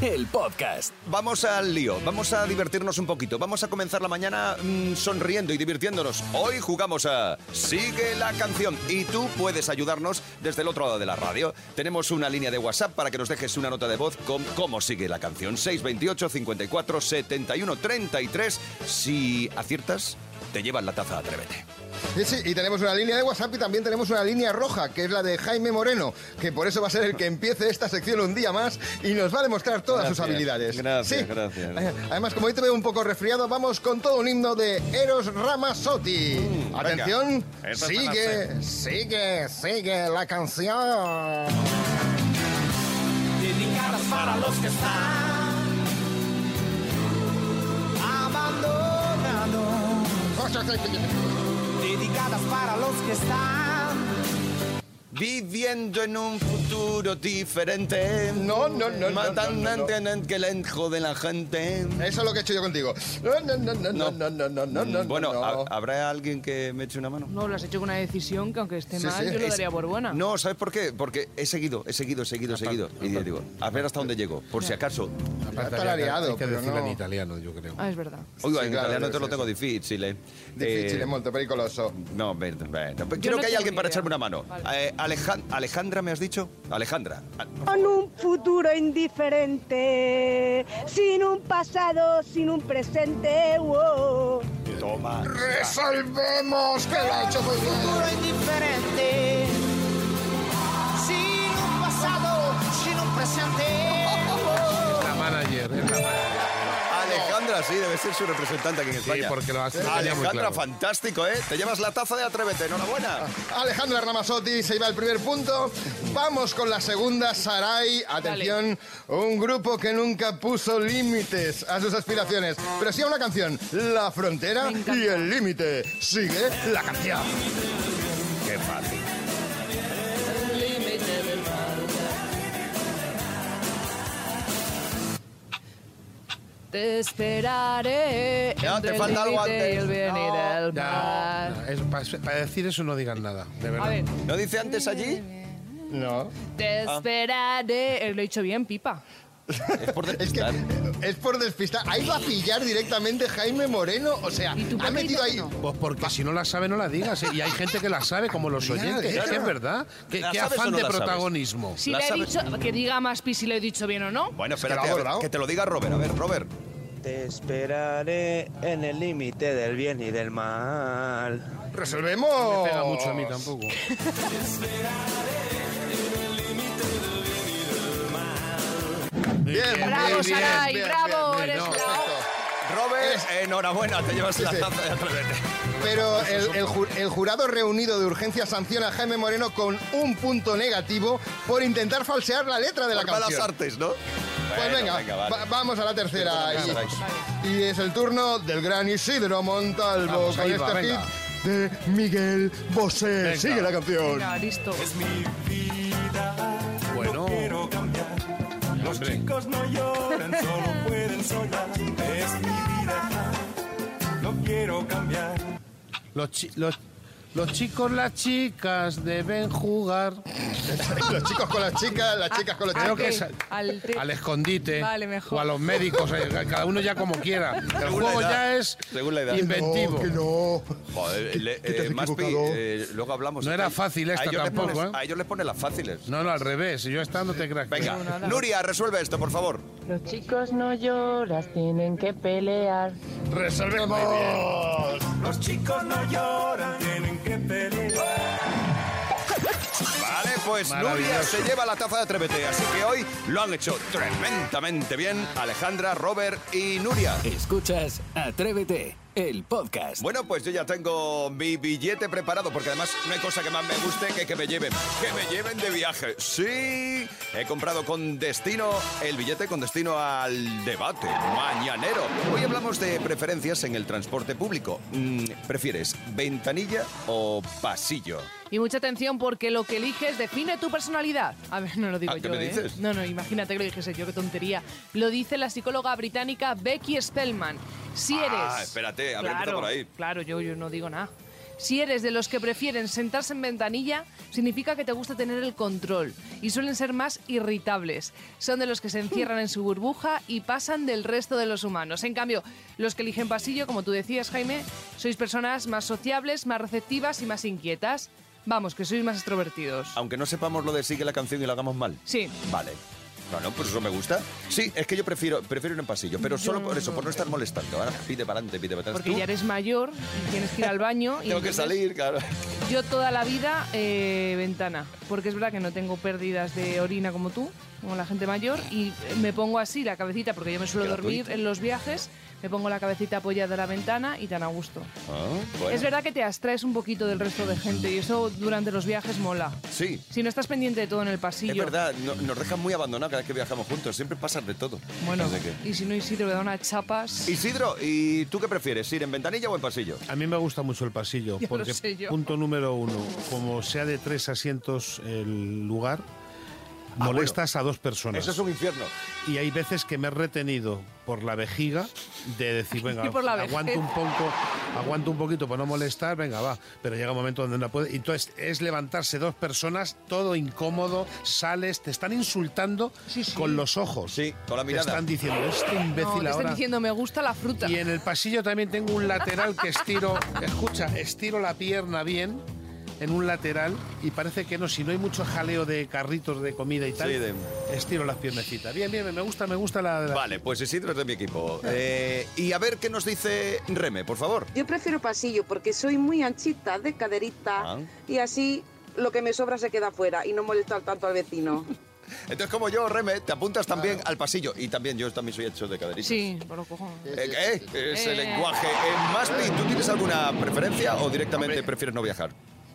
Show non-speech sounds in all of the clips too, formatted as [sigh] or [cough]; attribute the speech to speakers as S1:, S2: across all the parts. S1: el podcast.
S2: Vamos al lío, vamos a divertirnos un poquito, vamos a comenzar la mañana mm, sonriendo y divirtiéndonos. Hoy jugamos a Sigue la canción y tú puedes ayudarnos desde el otro lado de la radio. Tenemos una línea de WhatsApp para que nos dejes una nota de voz con cómo sigue la canción. 628 54 71 33. Si aciertas, te llevan la taza, atrévete.
S3: Y sí, y tenemos una línea de WhatsApp y también tenemos una línea roja, que es la de Jaime Moreno, que por eso va a ser el que empiece esta sección un día más y nos va a demostrar todas sus
S2: Gracias,
S3: habilidades.
S2: gracias,
S3: Sí.
S2: gracias.
S3: Además, como hoy te veo un poco resfriado, vamos con todo un himno de Eros Ramazzotti.
S2: Mm, venga.
S3: Atención,
S2: Esta me la
S3: sigue, sigue, sigue la canción.
S4: dedicadas para los que están abandonados, dedicadas para los que están
S2: Viviendo en un futuro diferente.
S3: No, no, no, no,
S2: Matando
S3: no, no, no.
S2: antes que el hijo de la gente.
S3: Eso es lo que he hecho yo contigo. No, no, no, no, no, no, no, no, no, no,
S2: Mm, bueno,
S3: no.
S2: ha- ¿habrá alguien que me eche una mano?
S5: No, lo has hecho con una decisión que aunque esté
S3: Sí,
S5: mal,
S3: sí,
S5: yo lo
S2: Es-
S5: daría por buena.
S2: No, ¿sabes por qué? Porque he seguido, he seguido, he seguido, he seguido. Y digo, a ver hasta dónde llego, por si acaso.
S3: Está
S6: italiana,
S3: lareado,
S6: hay que
S3: pero
S6: decirlo
S3: no.
S6: en italiano, yo creo.
S5: Ah, es verdad.
S2: Oiga,
S3: Sí,
S2: en
S3: claro,
S2: italiano
S3: debe
S2: te lo
S3: ser
S2: tengo difícil, ¿eh? Eh,
S3: Difícil, es muy pericoloso.
S2: No, ver- ver, tampoco- quiero
S5: no
S2: que haya
S5: tengo
S2: alguien
S5: ni
S2: para
S5: idea.
S2: echarme una mano.
S5: Vale.
S2: Eh, Alejan- Alejandra, ¿me has dicho? Alejandra. Ah,
S7: Con un futuro indiferente, sin un pasado, sin un presente. wow.
S2: Toma.
S3: ¡Resolvemos que lo ha hecho muy bien!
S4: puro indiferente sin un pasado sin un presente
S6: La manager, es la manager.
S2: Alejandra, sí, debe ser su representante aquí en España.
S6: porque lo hace- lo tenía muy
S2: Alejandra,
S6: claro.
S2: fantástico, ¿eh? Te llevas la taza de Atrévete,
S3: Ah.
S2: enhorabuena.
S3: Alejandra Ramazzotti se iba al primer punto. Vamos con la segunda, Sarai. Atención, un grupo que nunca puso límites a sus aspiraciones, pero sí a una canción, La Frontera
S5: Me encanta.
S3: y el Límite. Sigue la canción.
S2: Qué fácil.
S5: Te esperaré.
S2: Ya,
S5: entre
S2: te
S5: el
S2: falta algo
S5: límite y
S2: antes.
S5: el bien y
S2: No,
S5: del
S6: Ya,
S5: mal.
S6: no, es- para, para decir eso no digan nada, de verdad.
S5: A ver,
S2: ¿No dice antes allí?
S3: No.
S5: te
S2: Ah.
S5: esperaré. eh, Lo he dicho bien, pipa.
S2: Es por
S3: Es que
S2: despistar.
S3: es por despistar. Ahí va a pillar directamente Jaime Moreno. O sea,
S5: ¿Y tú por
S3: ha
S5: qué
S3: metido ahí.
S5: dices que
S6: Pues porque si no la sabe, no la digas. ¿eh? Y hay gente que la sabe, como los
S3: Ya,
S6: oyentes.
S3: ya.
S6: Es que es verdad. ¿Qué,
S2: ¿La
S6: qué
S2: sabes o
S6: afán
S2: no
S6: de
S2: la sabes?
S6: protagonismo?
S5: Si
S2: La
S5: le he
S2: sabe-
S5: dicho, que diga más pi si lo he dicho bien o no.
S2: Bueno,
S3: que la
S2: espérate,
S3: ha
S2: a ver,
S3: borrado.
S2: que te lo diga Robert. A ver, Robert.
S8: Te esperaré en el límite del bien y del mal.
S3: Resolvemos.
S6: No pega
S5: Oh.
S6: mucho a mí tampoco.
S3: Bien,
S5: Bravo,
S3: bien, bien,
S5: Sarai,
S3: bien,
S5: bravo,
S3: bien, bien,
S5: eres
S3: no,
S5: bravo.
S3: perfecto.
S2: Robert, enhorabuena, te llevas la
S3: Eh. sí.
S2: taza de Atrévete.
S3: Pero el, el ju- el jurado reunido de urgencia sanciona a Jaime Moreno con un punto negativo por intentar falsear la letra de la
S2: Por malas
S3: canción.
S2: artes, ¿no?
S3: Pues
S2: Bueno,
S3: venga,
S2: vale.
S3: va- vamos a la tercera.
S2: Venga,
S3: Y, y es el turno del gran Isidro Montalvo
S6: Vamos,
S3: con
S6: ahí
S3: este hit
S6: va, venga.
S3: de Miguel Bosé.
S6: Venga.
S3: Sigue la canción.
S5: Venga, listo.
S6: Bueno, hombre,
S9: Chicos no lloran, solo pueden soñar. Es mi vida, no quiero cambiar.
S6: los, chi- los, los chicos, las chicas deben jugar.
S3: los chicos con las chicas, las chicas con los
S5: Ah,
S6: Creo
S3: chicos.
S6: que
S5: ok.
S6: es
S5: Al te-
S6: al escondite
S5: Vale, mejor.
S6: o a los médicos, eh, cada uno ya como quiera. El
S2: la
S6: juego
S2: edad,
S6: ya es
S2: según la edad.
S6: inventivo.
S3: No, que no.
S2: Joder, le-
S3: qué te has
S2: eh, Maspi,
S3: equivocado?
S2: eh, luego hablamos.
S6: No era fácil
S2: A
S6: esta
S2: ellos les
S6: tampoco,
S2: pones-
S6: ¿eh?
S2: A ellos les ponen las fáciles.
S6: No, no, al revés. Yo esta no te creas. que-
S2: Venga, Nuria, resuelve esto, por favor.
S10: Los chicos no lloras, tienen que pelear.
S3: ¡Resolvemos!
S9: Los chicos no lloran, tienen que pelear.
S2: Vale, pues Nuria
S6: Maravilloso.
S2: se lleva la taza de Atrévete. Así que hoy lo han hecho tremendamente bien Alejandra, Robert y Nuria.
S1: Escuchas Atrévete, el podcast.
S2: Bueno, pues yo ya tengo mi billete preparado, porque además no hay cosa que más me guste que que me lleven. Que me lleven de viaje. Sí, he comprado con destino el billete con destino al debate mañanero. Hoy hablamos de preferencias en el transporte público. Mm, ¿Prefieres ventanilla o pasillo?
S5: Y mucha atención porque lo que eliges define tu personalidad. A ver, no lo digo
S2: Ah, ¿qué
S5: yo.
S2: me
S5: ¿eh?
S2: dices?
S5: No, no, imagínate que lo dijese yo, qué tontería. Lo dice la psicóloga británica Becky Spellman. Si eres.
S2: Ah, espérate, habré empezado
S5: claro,
S2: por ahí.
S5: Claro, yo, yo no digo nada. Si eres de los que prefieren sentarse en ventanilla, significa que te gusta tener el control y suelen ser más irritables. Son de los que se encierran en su burbuja y pasan del resto de los humanos. En cambio, los que eligen pasillo, como tú decías, Jaime, sois personas más sociables, más receptivas y más inquietas. Vamos, que sois más extrovertidos.
S2: Aunque no sepamos lo de sigue la canción y lo hagamos mal.
S5: Sí.
S2: Vale. No, no, pues eso me gusta. Sí, es que yo prefiero, prefiero ir en pasillo, pero solo por eso, por no estar molestando. Ahora pide para adelante, pide para atrás.
S5: Porque
S2: Tú,
S5: ya eres mayor, y tienes que ir al baño
S2: [laughs]
S5: y
S2: Tengo que
S5: entonces
S2: salir, claro.
S5: yo toda la vida eh, ventana, porque es verdad que no tengo pérdidas de orina como tú, como la gente mayor, y me pongo así la cabecita, porque yo me suelo dormir
S2: Gratuito.
S5: en los viajes, me pongo la cabecita apoyada a la ventana y tan a gusto.
S2: Ah, bueno.
S5: Es verdad que te abstraes un poquito del resto de gente y eso durante los viajes mola.
S2: Sí.
S5: Si no estás pendiente de todo en el pasillo.
S2: Es verdad, no- nos dejan muy abandonados cada vez que viajamos juntos, siempre pasan de todo.
S5: Bueno,
S2: Así que-
S5: y si no Isidro le da unas chapas.
S2: Isidro, ¿y tú qué prefieres, ir en ventanilla o en pasillo?
S6: A mí me gusta mucho el pasillo,
S5: Ya lo
S6: porque
S5: sé yo.
S6: punto número uno, como sea de tres asientos el lugar,
S2: Ah,
S6: molestas a dos personas.
S2: Eso es un infierno.
S6: Y hay veces que me he retenido por la vejiga de
S5: [laughs]
S6: decir, venga,
S5: Y por la
S6: aguanto
S5: vejez.
S6: un poco, aguanto un poquito para no molestar, venga, va. Pero llega un momento donde no puede. y Entonces es levantarse dos personas, todo incómodo, sales, te están insultando
S5: Sí, sí.
S6: con los ojos.
S2: Sí, con la mirada.
S6: Te están diciendo, este imbécil
S5: No, te
S6: ahora.
S5: están diciendo me gusta la fruta.
S6: Y en el pasillo también tengo un lateral que estiro, [laughs] escucha, estiro la pierna bien en un lateral y parece que no, si no hay mucho jaleo de carritos de comida y tal,
S2: Sí, de-
S6: estiro las piernecitas. Bien, bien, me gusta, me gusta la... la-
S2: Vale, pues Isidro es de mi equipo. Eh, y a ver qué nos dice Reme, por favor.
S11: Yo prefiero pasillo porque soy muy anchita de caderita
S2: Ah.
S11: y así lo que me sobra se queda fuera y no molestar tanto al vecino.
S2: Entonces, como yo, Reme, te apuntas también al pasillo. Y también, yo también soy hecho de caderitas.
S5: Sí, por lo cojo.
S2: Eh, eh, Ese
S5: Eh.
S2: lenguaje. Eh, Maspi, ¿tú tienes alguna preferencia o directamente prefieres no viajar?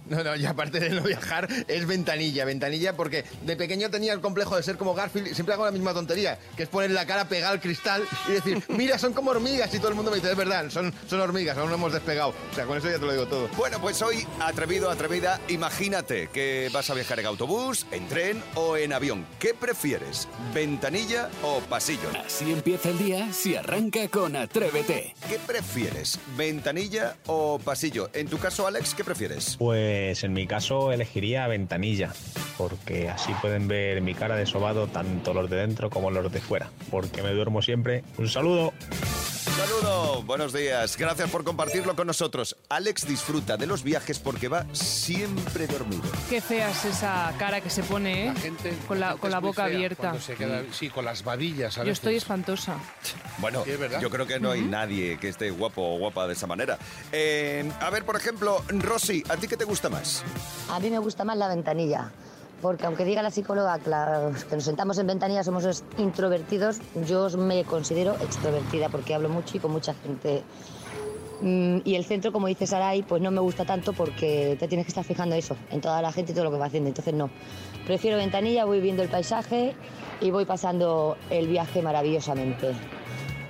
S3: No, no, y aparte de no viajar, es ventanilla, ventanilla, porque de pequeño tenía el complejo de ser como Garfield y siempre hago la misma tontería, que es poner la cara pegada al cristal y decir, mira, son como hormigas, y todo el mundo me dice, es verdad, son, son hormigas, aún no hemos despegado. O sea, con eso ya te lo digo todo.
S2: Bueno, pues hoy, atrevido, atrevida, imagínate que vas a viajar en autobús, en tren o en avión. ¿Qué prefieres? ¿Ventanilla o pasillo?
S1: Así empieza el día si arranca con Atrévete.
S2: ¿Qué prefieres? ¿Ventanilla o pasillo? En tu caso, Alex, ¿qué prefieres?
S12: Pues en mi caso elegiría ventanilla, porque así pueden ver mi cara de sobado, tanto los de dentro como los de fuera, porque me duermo siempre. Un saludo.
S2: Saludo, buenos días. Gracias por compartirlo con nosotros. Alex disfruta de los viajes porque va siempre dormido.
S5: Qué fea es esa cara que se pone, ¿eh?
S6: La gente,
S5: con la,
S6: gente
S5: con la
S6: es muy
S5: boca
S6: fea
S5: abierta.
S6: cuando se queda-
S2: Mm.
S6: sí, con las babillas. a
S5: Yo
S6: veces.
S5: estoy espantosa.
S2: Bueno,
S6: Sí, es verdad.
S2: yo creo que no hay nadie que esté guapo o guapa de esa manera. Eh, a ver, por ejemplo, Rosy, ¿a ti qué te gusta más?
S13: A mí me gusta más la ventanilla, porque aunque diga la psicóloga que, la- que nos sentamos en ventanilla somos los introvertidos, yo me considero extrovertida porque hablo mucho y con mucha gente. Mm, Y el centro, como dice Saray, pues no me gusta tanto porque te tienes que estar fijando eso, en toda la gente y todo lo que va haciendo. Entonces no, prefiero ventanilla, voy viendo el paisaje y voy pasando el viaje maravillosamente.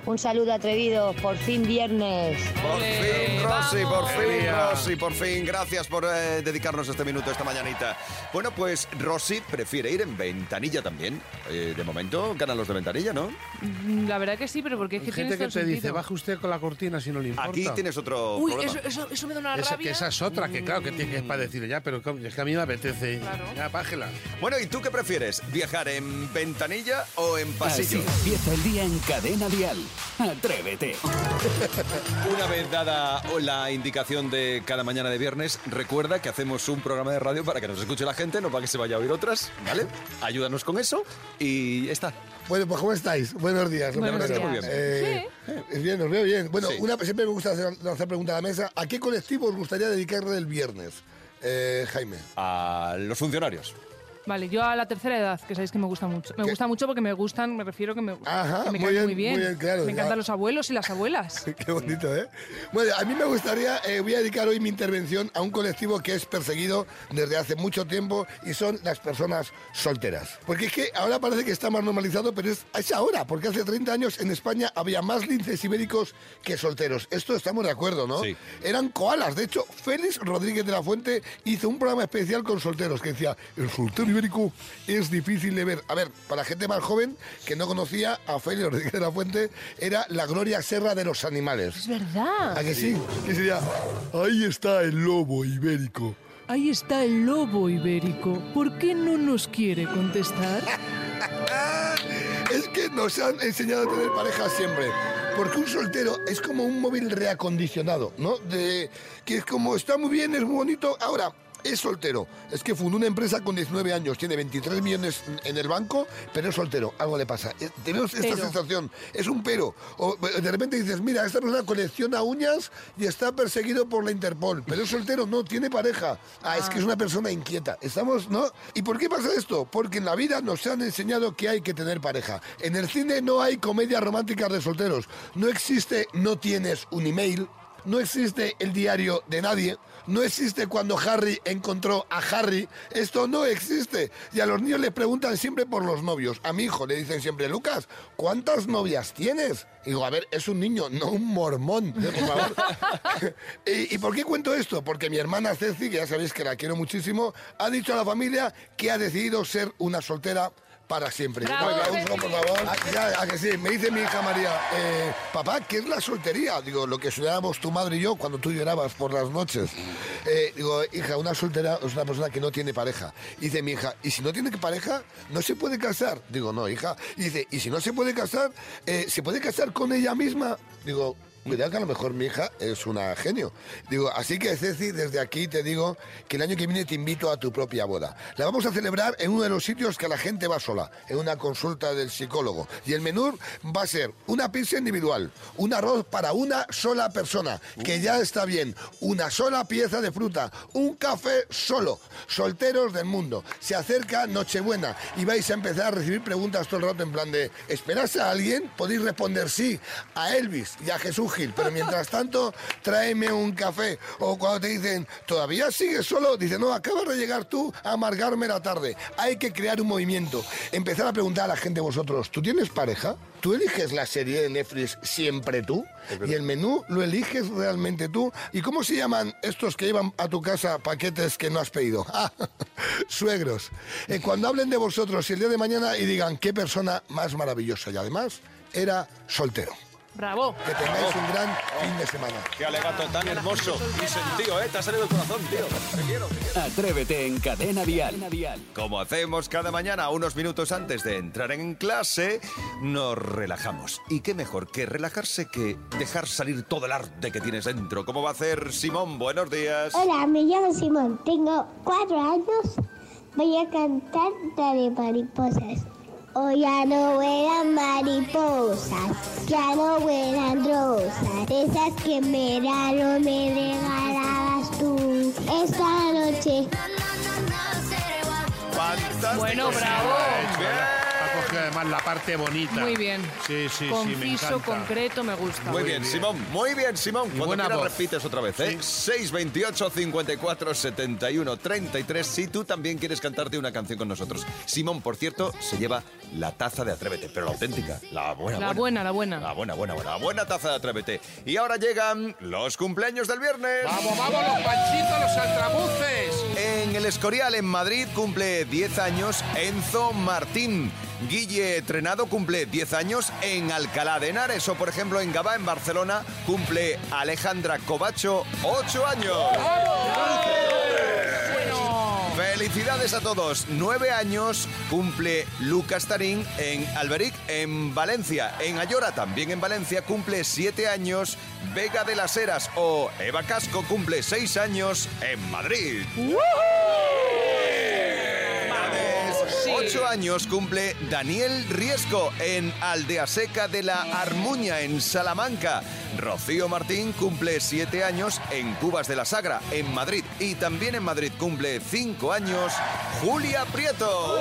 S13: Un saludo atrevidos, por fin viernes.
S2: Por fin, Rosy, por fin,
S6: Alegría.
S2: Rosy, por fin. Gracias por eh, dedicarnos este minuto, esta mañanita. Bueno, pues Rosy prefiere ir en ventanilla también. Eh, de momento ganan los de ventanilla, ¿no?
S5: Mm, La verdad que sí, pero porque es que
S6: Hay gente
S5: tienes todo
S6: que
S5: el
S6: te dice,
S5: sentido.
S6: baje usted con la cortina si no le importa.
S2: Aquí tienes otro
S5: Uy,
S2: problema.
S5: eso, eso- eso me da una
S6: Esa,
S5: rabia.
S6: que esa es otra, que claro, que tiene que es para decirle ya, pero es que a mí me apetece.
S5: Mm. Claro.
S6: Ya, bájela.
S2: Bueno, ¿y tú qué prefieres? ¿Viajar en ventanilla o en pasillo?
S1: Así empieza el día en Cadena Dial. Atrévete.
S2: Una vez dada la indicación de cada mañana de viernes, recuerda que hacemos un programa de radio para que nos escuche la gente, no para que se vaya a oír otras, ¿vale? Ayúdanos con eso y ya está.
S14: Bueno, pues ¿cómo estáis? Buenos días. lo
S5: Buenos
S14: primero.
S2: días.
S14: Eh, eh, bien, os veo bien. Bueno,
S2: Sí.
S14: una, siempre me gusta hacer, lanzar pregunta a la mesa. ¿A qué colectivo os gustaría dedicarle el viernes, Eh, Jaime? [laughs]
S2: A los funcionarios.
S5: Vale, yo a la tercera edad, que sabéis que me gusta mucho. Me
S14: ¿Qué?
S5: gusta mucho porque me gustan, me refiero que me,
S14: Ajá,
S5: que me
S14: muy
S5: caen
S14: bien,
S5: muy bien.
S14: muy bien, claro,
S5: me
S14: ya.
S5: encantan los abuelos y las abuelas.
S14: Qué bonito, ¿eh? Bueno, a mí me gustaría, eh, voy a dedicar hoy mi intervención a un colectivo que es perseguido desde hace mucho tiempo y son las personas solteras. Porque es que ahora parece que está más normalizado, pero es, es ahora, porque hace 30 años en España había más linces ibéricos que solteros. Esto estamos de acuerdo, ¿no?
S2: Sí.
S14: Eran koalas. De hecho, Félix Rodríguez de la Fuente hizo un programa especial con solteros que decía, el soltero ibérico es difícil de ver. A ver, para la gente más joven que no conocía a Félix Rodríguez de la Fuente, era la Gloria Serra de los animales.
S5: Es verdad.
S14: ¿A Ah, que sí? ¿Qué sería? Ahí está el lobo ibérico.
S5: Ahí está el lobo ibérico. ¿Por qué no nos quiere contestar?
S14: Ah, Es que nos han enseñado a tener pareja siempre. Porque un soltero es como un móvil reacondicionado, ¿no? De, que es como está muy bien, es muy bonito. Ahora, es soltero. Es que fundó una empresa con 19 años, tiene 23 millones en el banco, pero es soltero. Algo le pasa. Eh, Tenemos esta
S5: Pero.
S14: sensación. Es un pero. O eh, de repente dices, mira, esta persona colecciona uñas y está perseguido por la Interpol. Pero es soltero, no, tiene pareja. Ah, es que es una persona inquieta. Estamos, ¿no? ¿Y por qué pasa esto? Porque en la vida nos han enseñado que hay que tener pareja. En el cine no hay comedias románticas de solteros. No existe no tienes un email. No existe el diario de nadie. No existe cuando Harry encontró a Harry. Esto no existe. Y a los niños les preguntan siempre por los novios. A mi hijo le dicen siempre, Lucas, ¿cuántas novias tienes? Y digo, a ver, es un niño, no un mormón. ¿eh? Por favor. ¿Y, y por qué cuento esto? Porque mi hermana Ceci, que ya sabéis que la quiero muchísimo, ha dicho a la familia que ha decidido ser una soltera para siempre.
S2: ¡Bravo,
S14: Un aplauso,
S2: Ceci!
S14: por favor. Ah, ya, a que sí. Me dice mi hija María, eh, papá, ¿qué es la soltería? Digo, lo que estudiábamos tu madre y yo cuando tú llorabas por las noches. Eh, digo, hija, una soltera es una persona que no tiene pareja. Y dice mi hija, ¿y si no tiene pareja, no se puede casar? Digo, no, hija. Y dice, ¿y si no se puede casar, eh, se puede casar con ella misma? Digo, Cuidado que a lo mejor mi hija es una genio. Digo, así que Ceci, desde aquí te digo que el año que viene te invito a tu propia boda. La vamos a celebrar en uno de los sitios que la gente va sola, en una consulta del psicólogo. Y el menú va a ser una pizza individual, un arroz para una sola persona, que ya está bien, una sola pieza de fruta, un café solo, solteros del mundo. Se acerca Nochebuena y vais a empezar a recibir preguntas todo el rato en plan de, ¿esperas a alguien? Podéis responder sí a Elvis y a Jesús Gil, pero mientras tanto, tráeme un café. O cuando te dicen, ¿todavía sigues solo? Dice, no, acabas de llegar tú a amargarme la tarde. Hay que crear un movimiento. Empezar a preguntar a la gente vosotros, ¿tú tienes pareja? ¿Tú eliges la serie de Netflix siempre tú? Y el menú lo eliges realmente tú. ¿Y cómo se llaman estos que llevan a tu casa paquetes que no has pedido? [laughs] Ah, suegros. Eh, cuando hablen de vosotros el día de mañana y digan qué persona más maravillosa y además era soltero.
S5: Bravo.
S14: Que tengáis un gran fin de semana.
S2: Qué alegato tan hermoso y sentido, ¿eh? Te ha salido el corazón, tío. Te quiero.
S1: Atrévete en Cadena Dial.
S2: Como hacemos cada mañana, unos minutos antes de entrar en clase, nos relajamos. ¿Y qué mejor que relajarse que dejar salir todo el arte que tienes dentro? ¿Cómo va a hacer Simón? Buenos días.
S15: Hola, me llamo Simón, tengo cuatro años. Voy a cantar la de mariposas. Oh, ya no vuelan mariposas, ya no vuelan rosas, esas que en verano me regalabas tú. Esta noche
S2: Fantástico.
S5: Bueno,
S6: Sí,
S5: bravo.
S6: ha Pues hecho, ¿eh? Ha cogido además la parte bonita.
S5: Muy bien.
S6: Sí, sí, sí, me
S5: Conciso,
S6: encanta.
S5: concreto, me gusta.
S2: Muy bien, Simón, muy bien, Simón. Cuando
S6: buena
S2: quieras
S6: voz.
S2: repites otra vez, ¿eh? 628 54 71 33. Si tú también quieres cantarte una canción con nosotros. Simón, por cierto, se lleva la taza de Atrévete, pero la auténtica, la buena,
S5: La buena, la buena.
S2: La Ah, buena, buena, buena. La buena taza de Atrévete. Y ahora llegan los cumpleaños del viernes.
S6: Vamos, vamos, los panchitos, los altrabuces.
S2: En el Escorial, en Madrid, cumple 10 años Enzo Martín. Guille Trenado cumple 10 años en Alcalá de Henares. O, por ejemplo, en Gabá, en Barcelona, cumple Alejandra Covacho, 8 años. Felicidades a todos. 9 años cumple Lucas Tarín en Alberic, en Valencia. En Ayora, también en Valencia, cumple 7 años Vega de las Heras. O Eva Casco cumple 6 años en Madrid.
S5: Sí.
S2: 8 18 años cumple Daniel Riesco en Aldea Seca de la Armuña, en Salamanca. Rocío Martín cumple 7 años en Cubas de la Sagra, en Madrid. Y también en Madrid cumple 5 años Julia Prieto.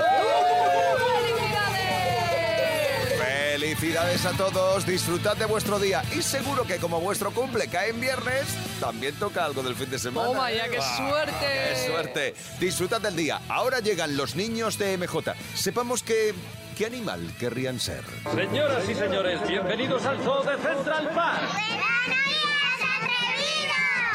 S2: Felicidades a todos, disfrutad de vuestro día y seguro que como vuestro cumple cae en viernes, también toca algo del fin de semana.
S5: Toma ya,
S2: ¿eh?
S5: qué
S2: Ah,
S5: suerte.
S2: ¡Qué suerte! Disfrutad del día. Ahora llegan los niños de MJ. Sepamos que... ¿Qué animal querrían ser?
S16: Señoras y señores, bienvenidos al Zoo de Central Park.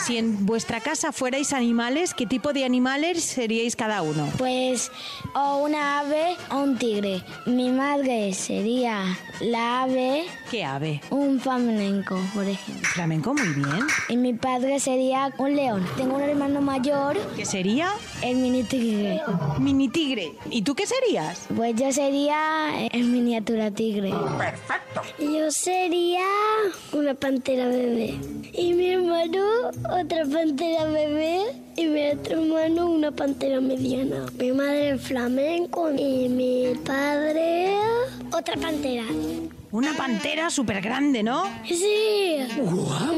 S17: Si en vuestra casa fuerais animales, ¿qué tipo de animales seríais cada uno?
S15: Pues o una ave o un tigre. Mi madre sería la ave.
S17: ¿Qué ave?
S15: Un flamenco, por ejemplo.
S17: Flamenco, muy bien.
S15: Y mi padre sería un león. Tengo un hermano mayor.
S17: ¿Qué sería?
S15: El mini tigre.
S17: Mini tigre. ¿Y tú qué serías?
S15: Pues yo sería el miniatura tigre.
S17: Perfecto.
S15: Yo sería una pantera bebé. Y mi hermano otra pantera bebé. Y mi otro hermano una pantera mediana. Mi madre flamenco. Y mi padre otra pantera.
S17: Una pantera súper grande, ¿no?
S15: Sí.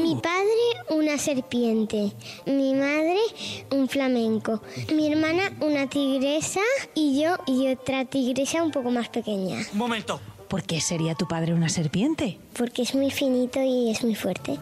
S15: Mi padre una serpiente. Mi madre un flamenco. Mi hermana una tigresa. Y yo y otra tigresa un poco más pequeña.
S17: Un momento. ¿Por qué sería tu padre una serpiente?
S15: Porque es muy finito y es muy fuerte.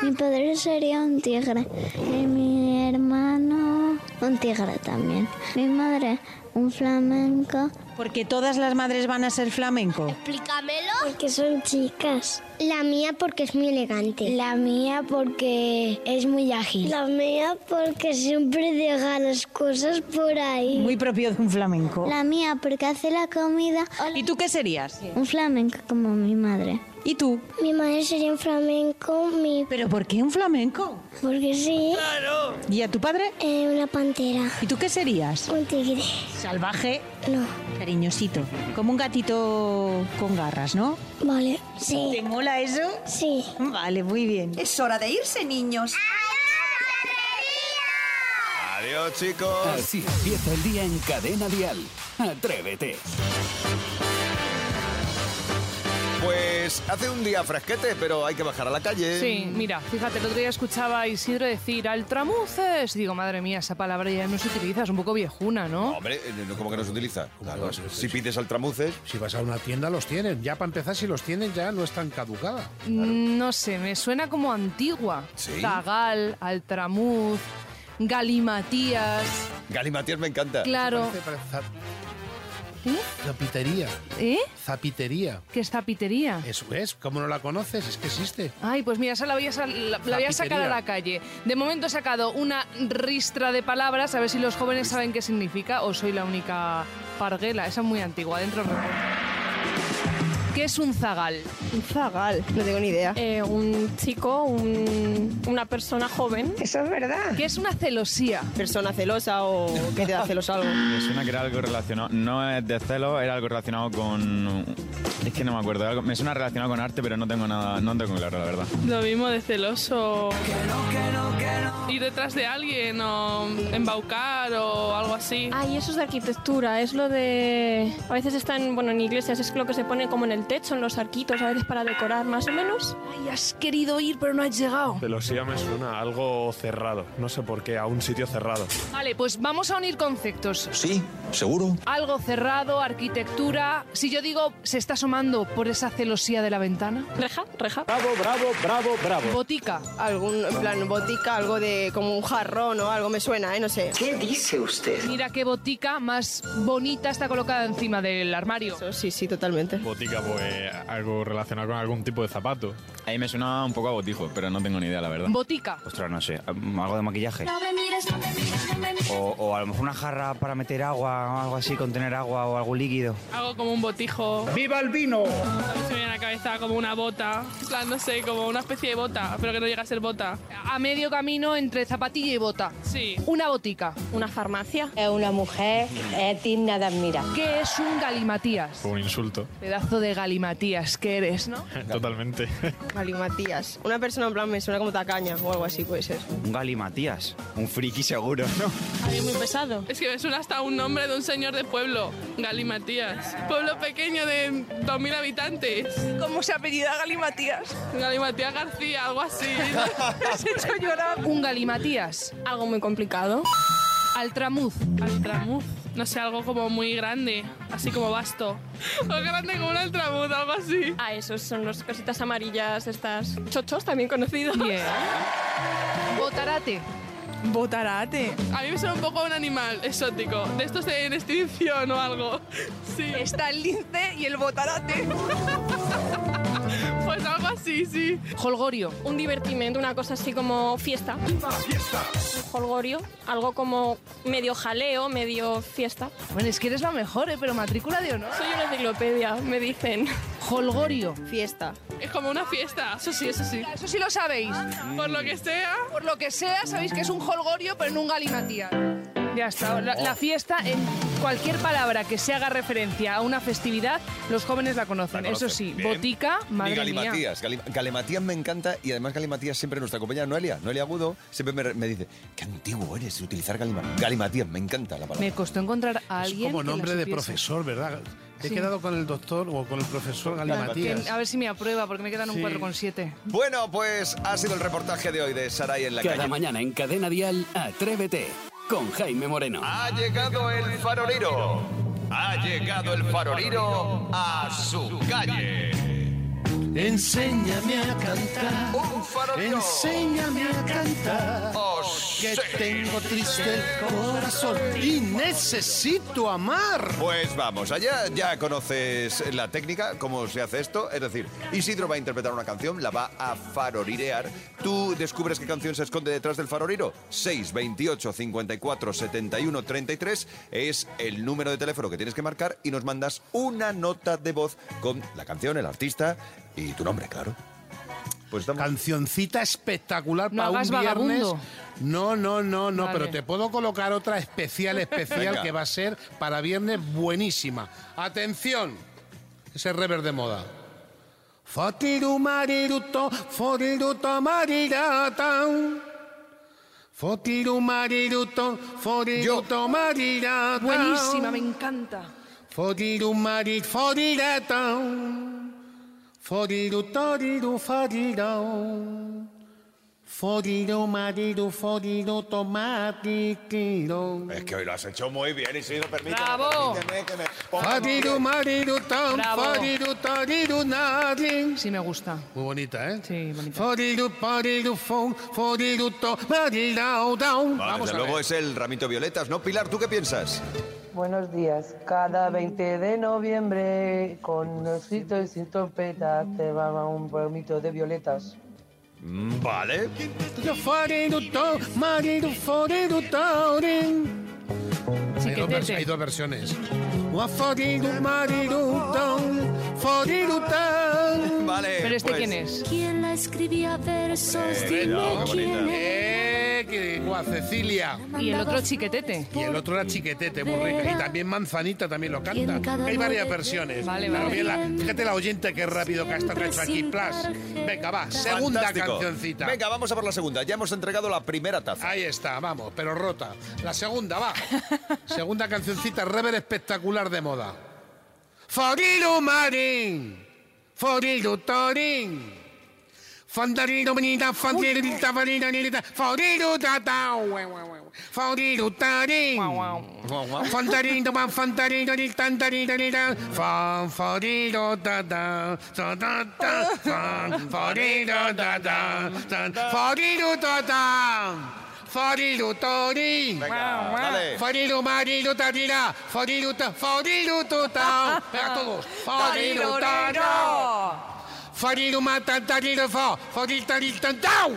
S15: Mi padre sería un tigre. Y mi hermano un tigre también. Mi madre un flamenco.
S17: Porque todas las madres van a ser flamenco.
S15: Explícamelo. Porque son chicas. La mía porque es muy elegante. La mía porque es muy ágil. La mía porque siempre deja las cosas por ahí.
S17: Muy propio de un flamenco.
S15: mía porque hace la comida.
S17: ¿Y tú qué serías?
S15: Un flamenco como mi madre.
S17: ¿Y tú?
S15: Mi madre sería un flamenco, mi...
S17: ¿Pero por qué un flamenco?
S15: Porque sí.
S17: ¿Y a tu padre?
S15: Eh, una pantera.
S17: ¿Y tú qué serías?
S15: Un tigre.
S17: Salvaje,
S15: No.
S17: cariñosito. Como un gatito con garras, ¿no?
S15: Vale. Sí.
S17: ¿Te mola eso?
S15: Sí.
S17: Vale, muy bien. Es hora de irse, niños.
S2: Adiós chicos.
S1: Así empieza el día en Cadena Dial. Atrévete.
S2: Pues hace un día fresquete, pero hay que bajar a la calle.
S5: Sí, mira, fíjate, el otro día escuchaba a Isidro decir altramuces. Y digo, madre mía, esa palabra ya no se utiliza, es un poco viejuna, ¿no?
S2: Hombre, eh, ¿cómo que no se utiliza? Claro, si pides altramuces...
S6: Si vas a una tienda, los tienen. Ya para empezar, si los tienen, ya no es tan caducada.
S5: Mm, No sé, me suena como antigua.
S2: Sí.
S5: Zagal, altramuz, galimatías.
S2: Gali Matías me encanta.
S5: Claro.
S6: Parece para zap-
S5: ¿Eh?
S6: Zapitería.
S5: ¿Eh?
S6: Zapitería.
S5: ¿Qué es zapitería?
S6: Eso es, como no la conoces, es que existe.
S5: Ay, pues mira, esa la voy, a sal- la- la voy a sacar a
S6: Zapitería.
S5: la calle. De momento he sacado una ristra de palabras, a ver si los jóvenes saben qué significa o soy la única parguela. Esa es muy antigua, dentro recuerdo. ¿Qué es un zagal?
S18: Un zagal, no tengo ni idea.
S17: Eh,
S18: un chico, un- una persona joven. Eso es verdad.
S5: ¿Qué es una celosía?
S18: Persona celosa o que te da celos algo.
S19: Me suena que era algo relacionado, no es de celos, era algo relacionado con... Es que no me acuerdo, algo- me suena relacionado con arte, pero no tengo nada, no tengo claro, la verdad.
S20: Lo mismo de celoso. Ir detrás de alguien o embaucar o algo así.
S18: Ay, eso es de arquitectura, es lo de... A veces están, bueno, en iglesias es lo que se pone como en el techo, en los arquitos, a veces para decorar más o menos.
S5: Ay, has querido ir pero no has llegado.
S21: Celosía me suena a algo cerrado. No sé por qué, a un sitio cerrado.
S5: Vale, pues vamos a unir conceptos.
S21: Sí, seguro.
S5: Algo cerrado, arquitectura. Si yo digo, se está asomando por esa celosía de la ventana.
S18: Reja, reja.
S5: Bravo, bravo, bravo,
S18: bravo.
S5: Botica.
S18: Algún, en plan, botica, algo de como un jarrón o algo, me suena, ¿eh? No sé. ¿Qué dice usted?
S5: Mira qué botica más bonita está colocada encima del armario.
S18: sí, sí, totalmente.
S19: Botica, pues algo relacionado con algún tipo de zapato. Ahí me suena un poco a botijo, pero no tengo ni idea, la verdad.
S5: Botica.
S22: Ostras, no sé, um, algo de maquillaje.
S4: me mires, no me mires, no me mires.
S22: O, o a lo mejor una jarra para meter agua o algo así, contener agua o algo líquido.
S20: Algo como un botijo.
S22: ¡Viva el vino!
S20: A mí Se me viene a la cabeza como una bota. En plan, no sé, como una especie de bota, pero que no llega a ser bota.
S5: A medio camino entre zapatilla y bota.
S20: Sí.
S5: Una botica.
S18: Una farmacia.
S5: Es una mujer digna de admirar. ¿Qué es un galimatías?
S19: Un insulto.
S5: Pedazo de galimatías que
S20: [laughs]
S5: eres, ¿no?
S19: Totalmente.
S18: Galimatías. Una persona en plan me suena como tacaña o algo así puede ser.
S22: Un galimatías, un friki
S12: friki seguro, ¿no?
S18: Alguien muy pesado.
S20: Es que me suena hasta un nombre de un señor de pueblo, Galimatías. Pueblo pequeño de 2.000 habitantes.
S5: ¿Cómo se apellida Galimatías?
S20: Galimatías García, algo así. [laughs]
S5: has hecho llorar. Un galimatías.
S18: Algo muy complicado.
S5: Altramuz.
S20: Altramuz. No sé, algo como muy grande, así como vasto. O grande como un altramuz, algo así.
S18: Ah, esos son los cositas amarillas, estas chochos también conocidos.
S5: Botarate.
S23: Botarate.
S20: A mí me suena un poco a un animal exótico. De estos de en extinción o algo. Sí.
S23: Está el lince y el botarate.
S20: [laughs] Pues algo así, sí.
S5: Holgorio.
S18: Un divertimento, una cosa así como fiesta.
S24: fiesta.
S18: Holgorio, algo como medio jaleo, medio fiesta.
S5: Bueno, es que eres la mejor, ¿eh? Pero matrícula de honor.
S18: Soy una enciclopedia, me dicen.
S5: Holgorio.
S23: Fiesta.
S20: Es como una fiesta. Eso sí, eso sí.
S5: Eso sí lo sabéis.
S20: Por lo que sea.
S5: Por lo que sea, sabéis que es un holgorio, pero no un galimatías. Ya está. La,
S25: Oh.
S5: la fiesta, en cualquier palabra que se haga referencia a una festividad, los jóvenes la conocen.
S2: La
S5: Eso
S2: conocen.
S5: sí,
S2: Bien.
S5: botica,
S2: y
S5: madre mía.
S2: Galimatías. Gali- Galimatías me encanta y además Galimatías siempre nuestra compañera Noelia, Noelia Agudo, siempre me, me dice, qué antiguo eres de utilizar Galimatías. Galimatías, me encanta la palabra.
S5: Me costó encontrar a
S25: Es
S5: alguien.
S25: como
S5: que la
S25: nombre de
S5: supiese.
S25: profesor, ¿verdad? He
S5: Sí.
S25: quedado con el doctor o con el profesor Galimatías.
S5: Que- A ver si me aprueba, porque me quedan
S25: Sí.
S5: un 4,7.
S2: Bueno, pues ha sido el reportaje de hoy de Saray en la
S1: Cada
S2: calle.
S1: mañana en Cadena Dial, Atrévete con Jaime Moreno.
S2: Ha llegado el farolero. Ha llegado el farolero a su calle.
S25: Enséñame a cantar.
S2: Un farolero.
S25: Enséñame a cantar.
S5: Oh,
S2: Os
S25: Que
S2: sé.
S25: tengo triste el corazón y necesito amar.
S2: Pues vamos allá, ya conoces la técnica, cómo se hace esto. Es decir, Isidro va a interpretar una canción, la va a farorirear. Tú descubres qué canción se esconde detrás del faroriro. 6, 28, 54, 71, 33 es el número de teléfono que tienes que marcar y nos mandas una nota de voz con la canción, el artista y tu nombre, claro. Pues estamos...
S25: Cancioncita espectacular
S5: No
S25: para un
S5: hagas
S25: viernes.
S5: vagabundo.
S25: No, no, no, no,
S5: Vale.
S25: pero te puedo colocar otra especial, especial
S2: Venga.
S25: que va a ser para viernes buenísima. Atención, ese rever de moda. Fotiru mariruto, foriruto mariratan. Fotiru mariruto, foriruto mariratan.
S5: Buenísima, me encanta.
S25: Fodiru marit fodiratao. Fodiru toriru fodirao. Fodiru mariru fodiru tomatitiro.
S2: Es que hoy lo has hecho muy bien, Isidro, permíteme.
S5: Bravo.
S2: permíteme que me ponga-
S25: Fodiru mariru tom,
S5: Bravo.
S25: fodiru toriru narin.
S5: Sí, me gusta.
S25: Muy bonita, ¿eh?
S5: Sí, bonita.
S25: Fodiru poriru fon, fodiru tomatirao down.
S2: Vale,
S25: Vamos
S2: desde
S25: a
S2: luego
S25: ver.
S2: es el ramito violetas, ¿no? Pilar, ¿tú qué piensas?
S4: Buenos días. Cada 20 de noviembre, con ositos y sin trompetas, te va un palmito de violetas.
S2: Mm, Vale.
S25: Yo fodiru to, mariru fodiru torin. Hay dos, vers- hay
S5: Chiquetete.
S25: dos versiones. Wa fodiru mariru tom, fodiru tom.
S2: Vale.
S5: Pero este
S2: pues,
S5: quién es?
S6: ¿Quién la escribía versos?
S2: Eh,
S6: Dime
S2: no, qué bonita.
S6: quién es.
S25: Eh, que guau, Cecilia.
S5: Y el otro chiquetete.
S25: Y el otro era chiquetete, muy rica. Y también manzanita también lo canta. Hay varias versiones.
S5: Vale,
S25: Claro,
S5: vale.
S25: bien la- fíjate la oyente que rápido que ha estado que ha hecho aquí. Plus. Venga, va, segunda
S2: Fantástico.
S25: cancioncita.
S2: Venga, vamos a por la segunda. Ya hemos entregado la primera taza.
S25: Ahí está, vamos, pero rota. La segunda, va. segunda cancioncita, rever espectacular de moda. Foriru marín, foriru torín. Fandarino menina, fandirita, farina, nirita, foriru tatao, foriru tarín. Fandarino man, fandarino, nil, tandarino, nira, fan, foriru tata, ta, ta, ta, fan, foriru tata, ta, foriru tata. Foriru torín.
S2: Venga, dale.
S25: Foriru mariru tarira, foriru ta, foriru tuta. Venga
S6: Ecco,
S25: todos. Foriru tara. Foriru matan tariro fo, foril taril tan tau.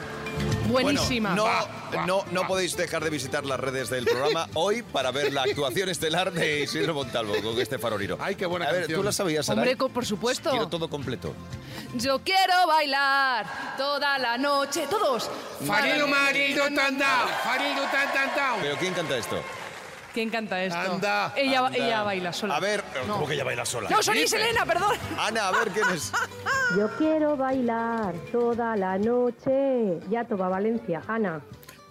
S5: Buenísima.
S2: Bueno, no,
S25: Va,
S2: no, no
S25: va.
S2: podéis dejar de visitar las redes del
S25: [laughs]
S2: programa hoy para ver la actuación estelar de Isidro Montalvo con este faroriro.
S25: Ay, qué buena
S2: A ver,
S25: canción.
S2: ¿tú la sabías, Saray?
S5: Hombre, co- por supuesto.
S2: Quiero todo completo.
S5: Yo quiero bailar toda la noche. Todos.
S25: Foriru mariru tan tau, foriru tan tan tau.
S2: ¿Pero quién canta esto?
S5: ¿Quién canta esto?
S25: Anda,
S5: Ella,
S2: Anda.
S5: ella baila sola.
S2: A ver, ¿cómo que ella baila sola?
S5: No, sonís Elena, perdón.
S2: Ana, a ver quién es.
S4: Yo quiero bailar toda la noche. Ya toda Valencia, Ana.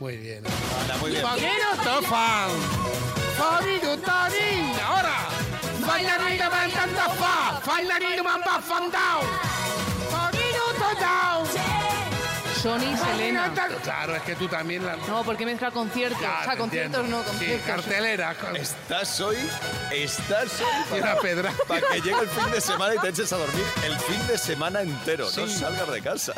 S6: Muy bien.
S2: Anda, muy bien.
S6: Faguero tofan. Faguero tarín. Ahora. Bailarina man tan tafa. Bailarina man pa fan down. Faguero tofan.
S5: Sony y Selena.
S6: Claro, es que tú también la...
S5: No, porque mezcla conciertos.
S6: Ya,
S5: o sea,
S6: te
S5: conciertos
S6: entiendo.
S5: no, conciertos.
S6: Sí, cartelera. con-
S2: Estás hoy, estás hoy
S6: Una pedra.
S2: para que llegue el fin de semana y te eches a dormir el fin de semana entero. No
S1: Sí.
S2: salgas de casa.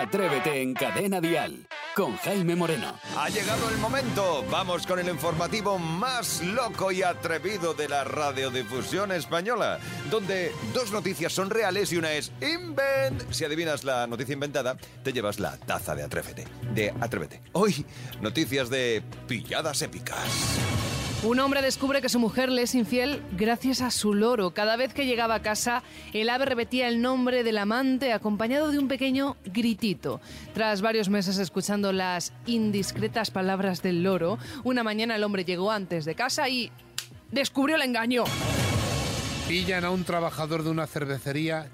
S1: Atrévete en Cadena Dial con Jaime Moreno.
S2: Ha llegado el momento. Vamos con el informativo más loco y atrevido de la radiodifusión española, donde dos noticias son reales y una es invent. Si adivinas la noticia inventada, te llevas la taza de Atrévete. De Atrévete. Hoy, noticias de pilladas épicas.
S5: Un hombre descubre que su mujer le es infiel gracias a su loro. Cada vez que llegaba a casa, el ave repetía el nombre del amante acompañado de un pequeño gritito. Tras varios meses escuchando las indiscretas palabras del loro, una mañana el hombre llegó antes de casa y descubrió el engaño.
S6: Pillan a un trabajador de una cervecería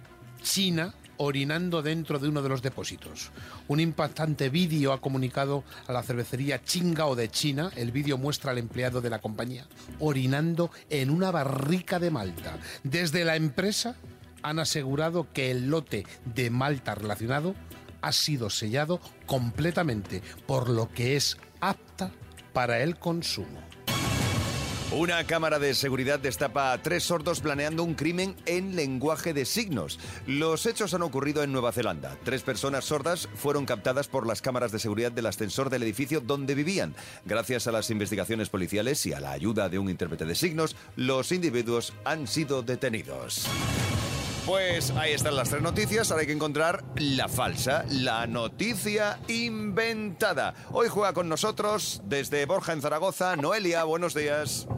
S6: china orinando dentro de uno de los depósitos. Un impactante vídeo ha comunicado a la cervecería Chingao de China. El vídeo muestra al empleado de la compañía orinando en una barrica de malta. Desde la empresa han asegurado que el lote de malta relacionado ha sido sellado completamente, por lo que es apta para el consumo.
S2: Una cámara de seguridad destapa a tres sordos planeando un crimen en lenguaje de signos. Los hechos han ocurrido en Nueva Zelanda. Tres personas sordas fueron captadas por las cámaras de seguridad del ascensor del edificio donde vivían. Gracias a las investigaciones policiales y a la ayuda de un intérprete de signos, los individuos han sido detenidos. Pues ahí están las tres noticias. Ahora hay que encontrar la falsa, la noticia inventada. Hoy juega con nosotros desde Borja en Zaragoza. Noelia, buenos días.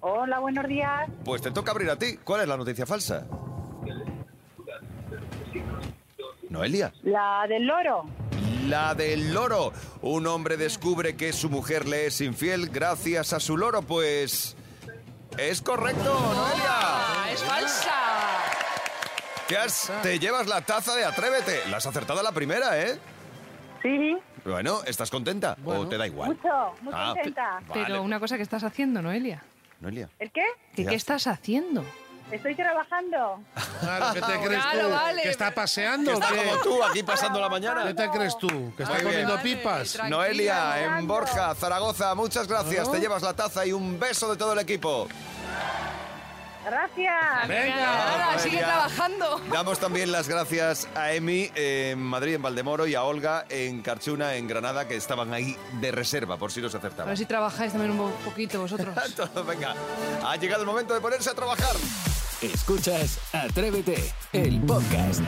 S8: Hola, buenos días.
S2: Pues te toca abrir a ti. ¿Cuál es la noticia falsa? Noelia.
S8: La del loro.
S2: La del loro. Un hombre descubre que su mujer le es infiel gracias a su loro, pues... Es correcto, Noelia.
S5: ¡Ah, es falsa!
S2: Te, has- te llevas la taza de Atrévete. La has acertado a la primera, ¿eh?
S8: Sí.
S2: Bueno, ¿estás contenta? ¿O te da igual?
S8: Mucho, muy
S2: Ah,
S8: contenta.
S2: vale.
S5: Pero una cosa que estás haciendo, Noelia.
S2: Noelia.
S8: ¿El qué?
S5: ¿Que ¿Qué estás haciendo?
S8: Estoy trabajando.
S6: Claro, ¿qué te crees
S8: Claro,
S6: tú?
S8: vale.
S6: ¿Que está paseando?
S2: Que está
S6: o qué?
S2: como tú, aquí pasando la mañana.
S6: ¿Qué te crees tú? ¿Que está
S2: Muy bien.
S6: comiendo pipas?
S2: Noelia, en Borja, Zaragoza, muchas gracias.
S6: Claro.
S2: Te llevas la taza y un beso de todo el equipo. Ah,
S8: Gracias.
S5: Ahora Ah, sigue
S2: Noelia.
S5: trabajando.
S2: Damos también las gracias a Emi eh, en Madrid, en Valdemoro, y a Olga en Carchuna, en Granada, que estaban ahí de reserva, por si los
S5: A ver
S2: acertaban.
S5: si trabajáis también un po- poquito vosotros.
S2: [laughs] Todo, venga, ha llegado el momento de ponerse a trabajar.
S1: Escuchas Atrévete, el podcast.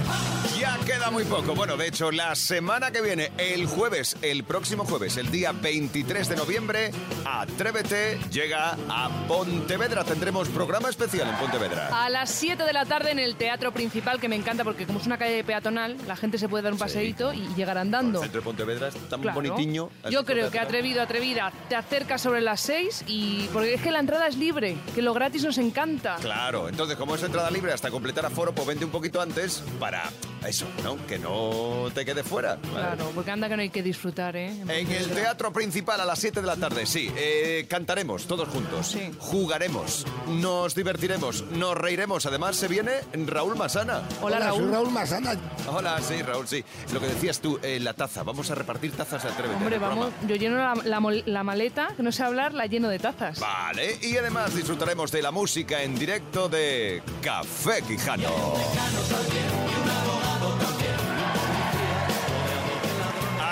S2: Ya queda muy poco. Bueno, de hecho, la semana que viene, el jueves, el próximo jueves, el día 23 de noviembre, Atrévete llega a Pontevedra. Tendremos programa especial en Pontevedra.
S5: A las 7 de la tarde en el teatro principal, que me encanta porque como es una calle peatonal, la gente se puede dar un paseíto y llegar andando.
S2: Centro de Pontevedra es tan
S5: Claro.
S2: bonitiño.
S5: Yo creo que atrevido, atrevida, te acercas sobre las 6 y. Porque es que la entrada es libre, que lo gratis nos encanta.
S2: Claro, entonces como es entrada libre hasta completar aforo, pues vente un poquito antes para eso, ¿no? Que no te quedes fuera. ¿vale?
S5: Claro, porque anda que no hay que disfrutar, ¿eh?
S2: En el teatro principal a las 7 de la tarde, sí. Eh, cantaremos todos juntos. Jugaremos. Nos divertiremos. Nos reiremos. Además, se viene Raúl Masana.
S14: soy Raúl Masana.
S2: Hola, sí, Raúl, sí. Lo que decías tú, eh, la taza. Vamos a repartir tazas de Atrévete.
S5: Hombre,
S2: en el
S5: vamos,
S2: programa.
S5: yo lleno la, la mol- la maleta, que no sé hablar, la lleno de tazas.
S2: Vale, y además disfrutaremos de la música en directo de Café Quijano.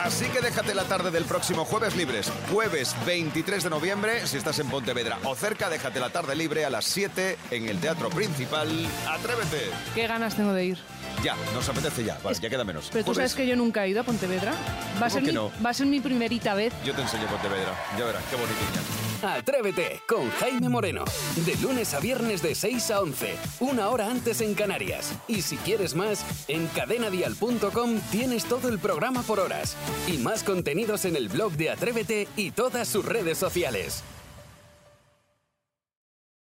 S2: Así que déjate la tarde del próximo jueves libres. Jueves 23 de noviembre, si estás en Pontevedra o cerca, déjate la tarde libre a las 7 en el Teatro Principal. Atrévete.
S5: Qué ganas tengo de ir.
S2: Ya, nos apetece ya. Vale, ya queda menos.
S5: Pero tú
S2: Jueves,
S5: sabes que yo nunca he ido a Pontevedra. Va
S2: Pues ¿Cómo
S5: a ser,
S2: que
S5: mi,
S2: no?
S5: va a ser mi primerita vez.
S2: Yo te enseño Pontevedra. Ya verás, qué bonitiña.
S1: Atrévete con Jaime Moreno. De lunes a viernes de 6 a 11, una hora antes en Canarias. Y si quieres más, en cadenadial.com tienes todo el programa por horas y más contenidos en el blog de Atrévete y todas sus redes sociales.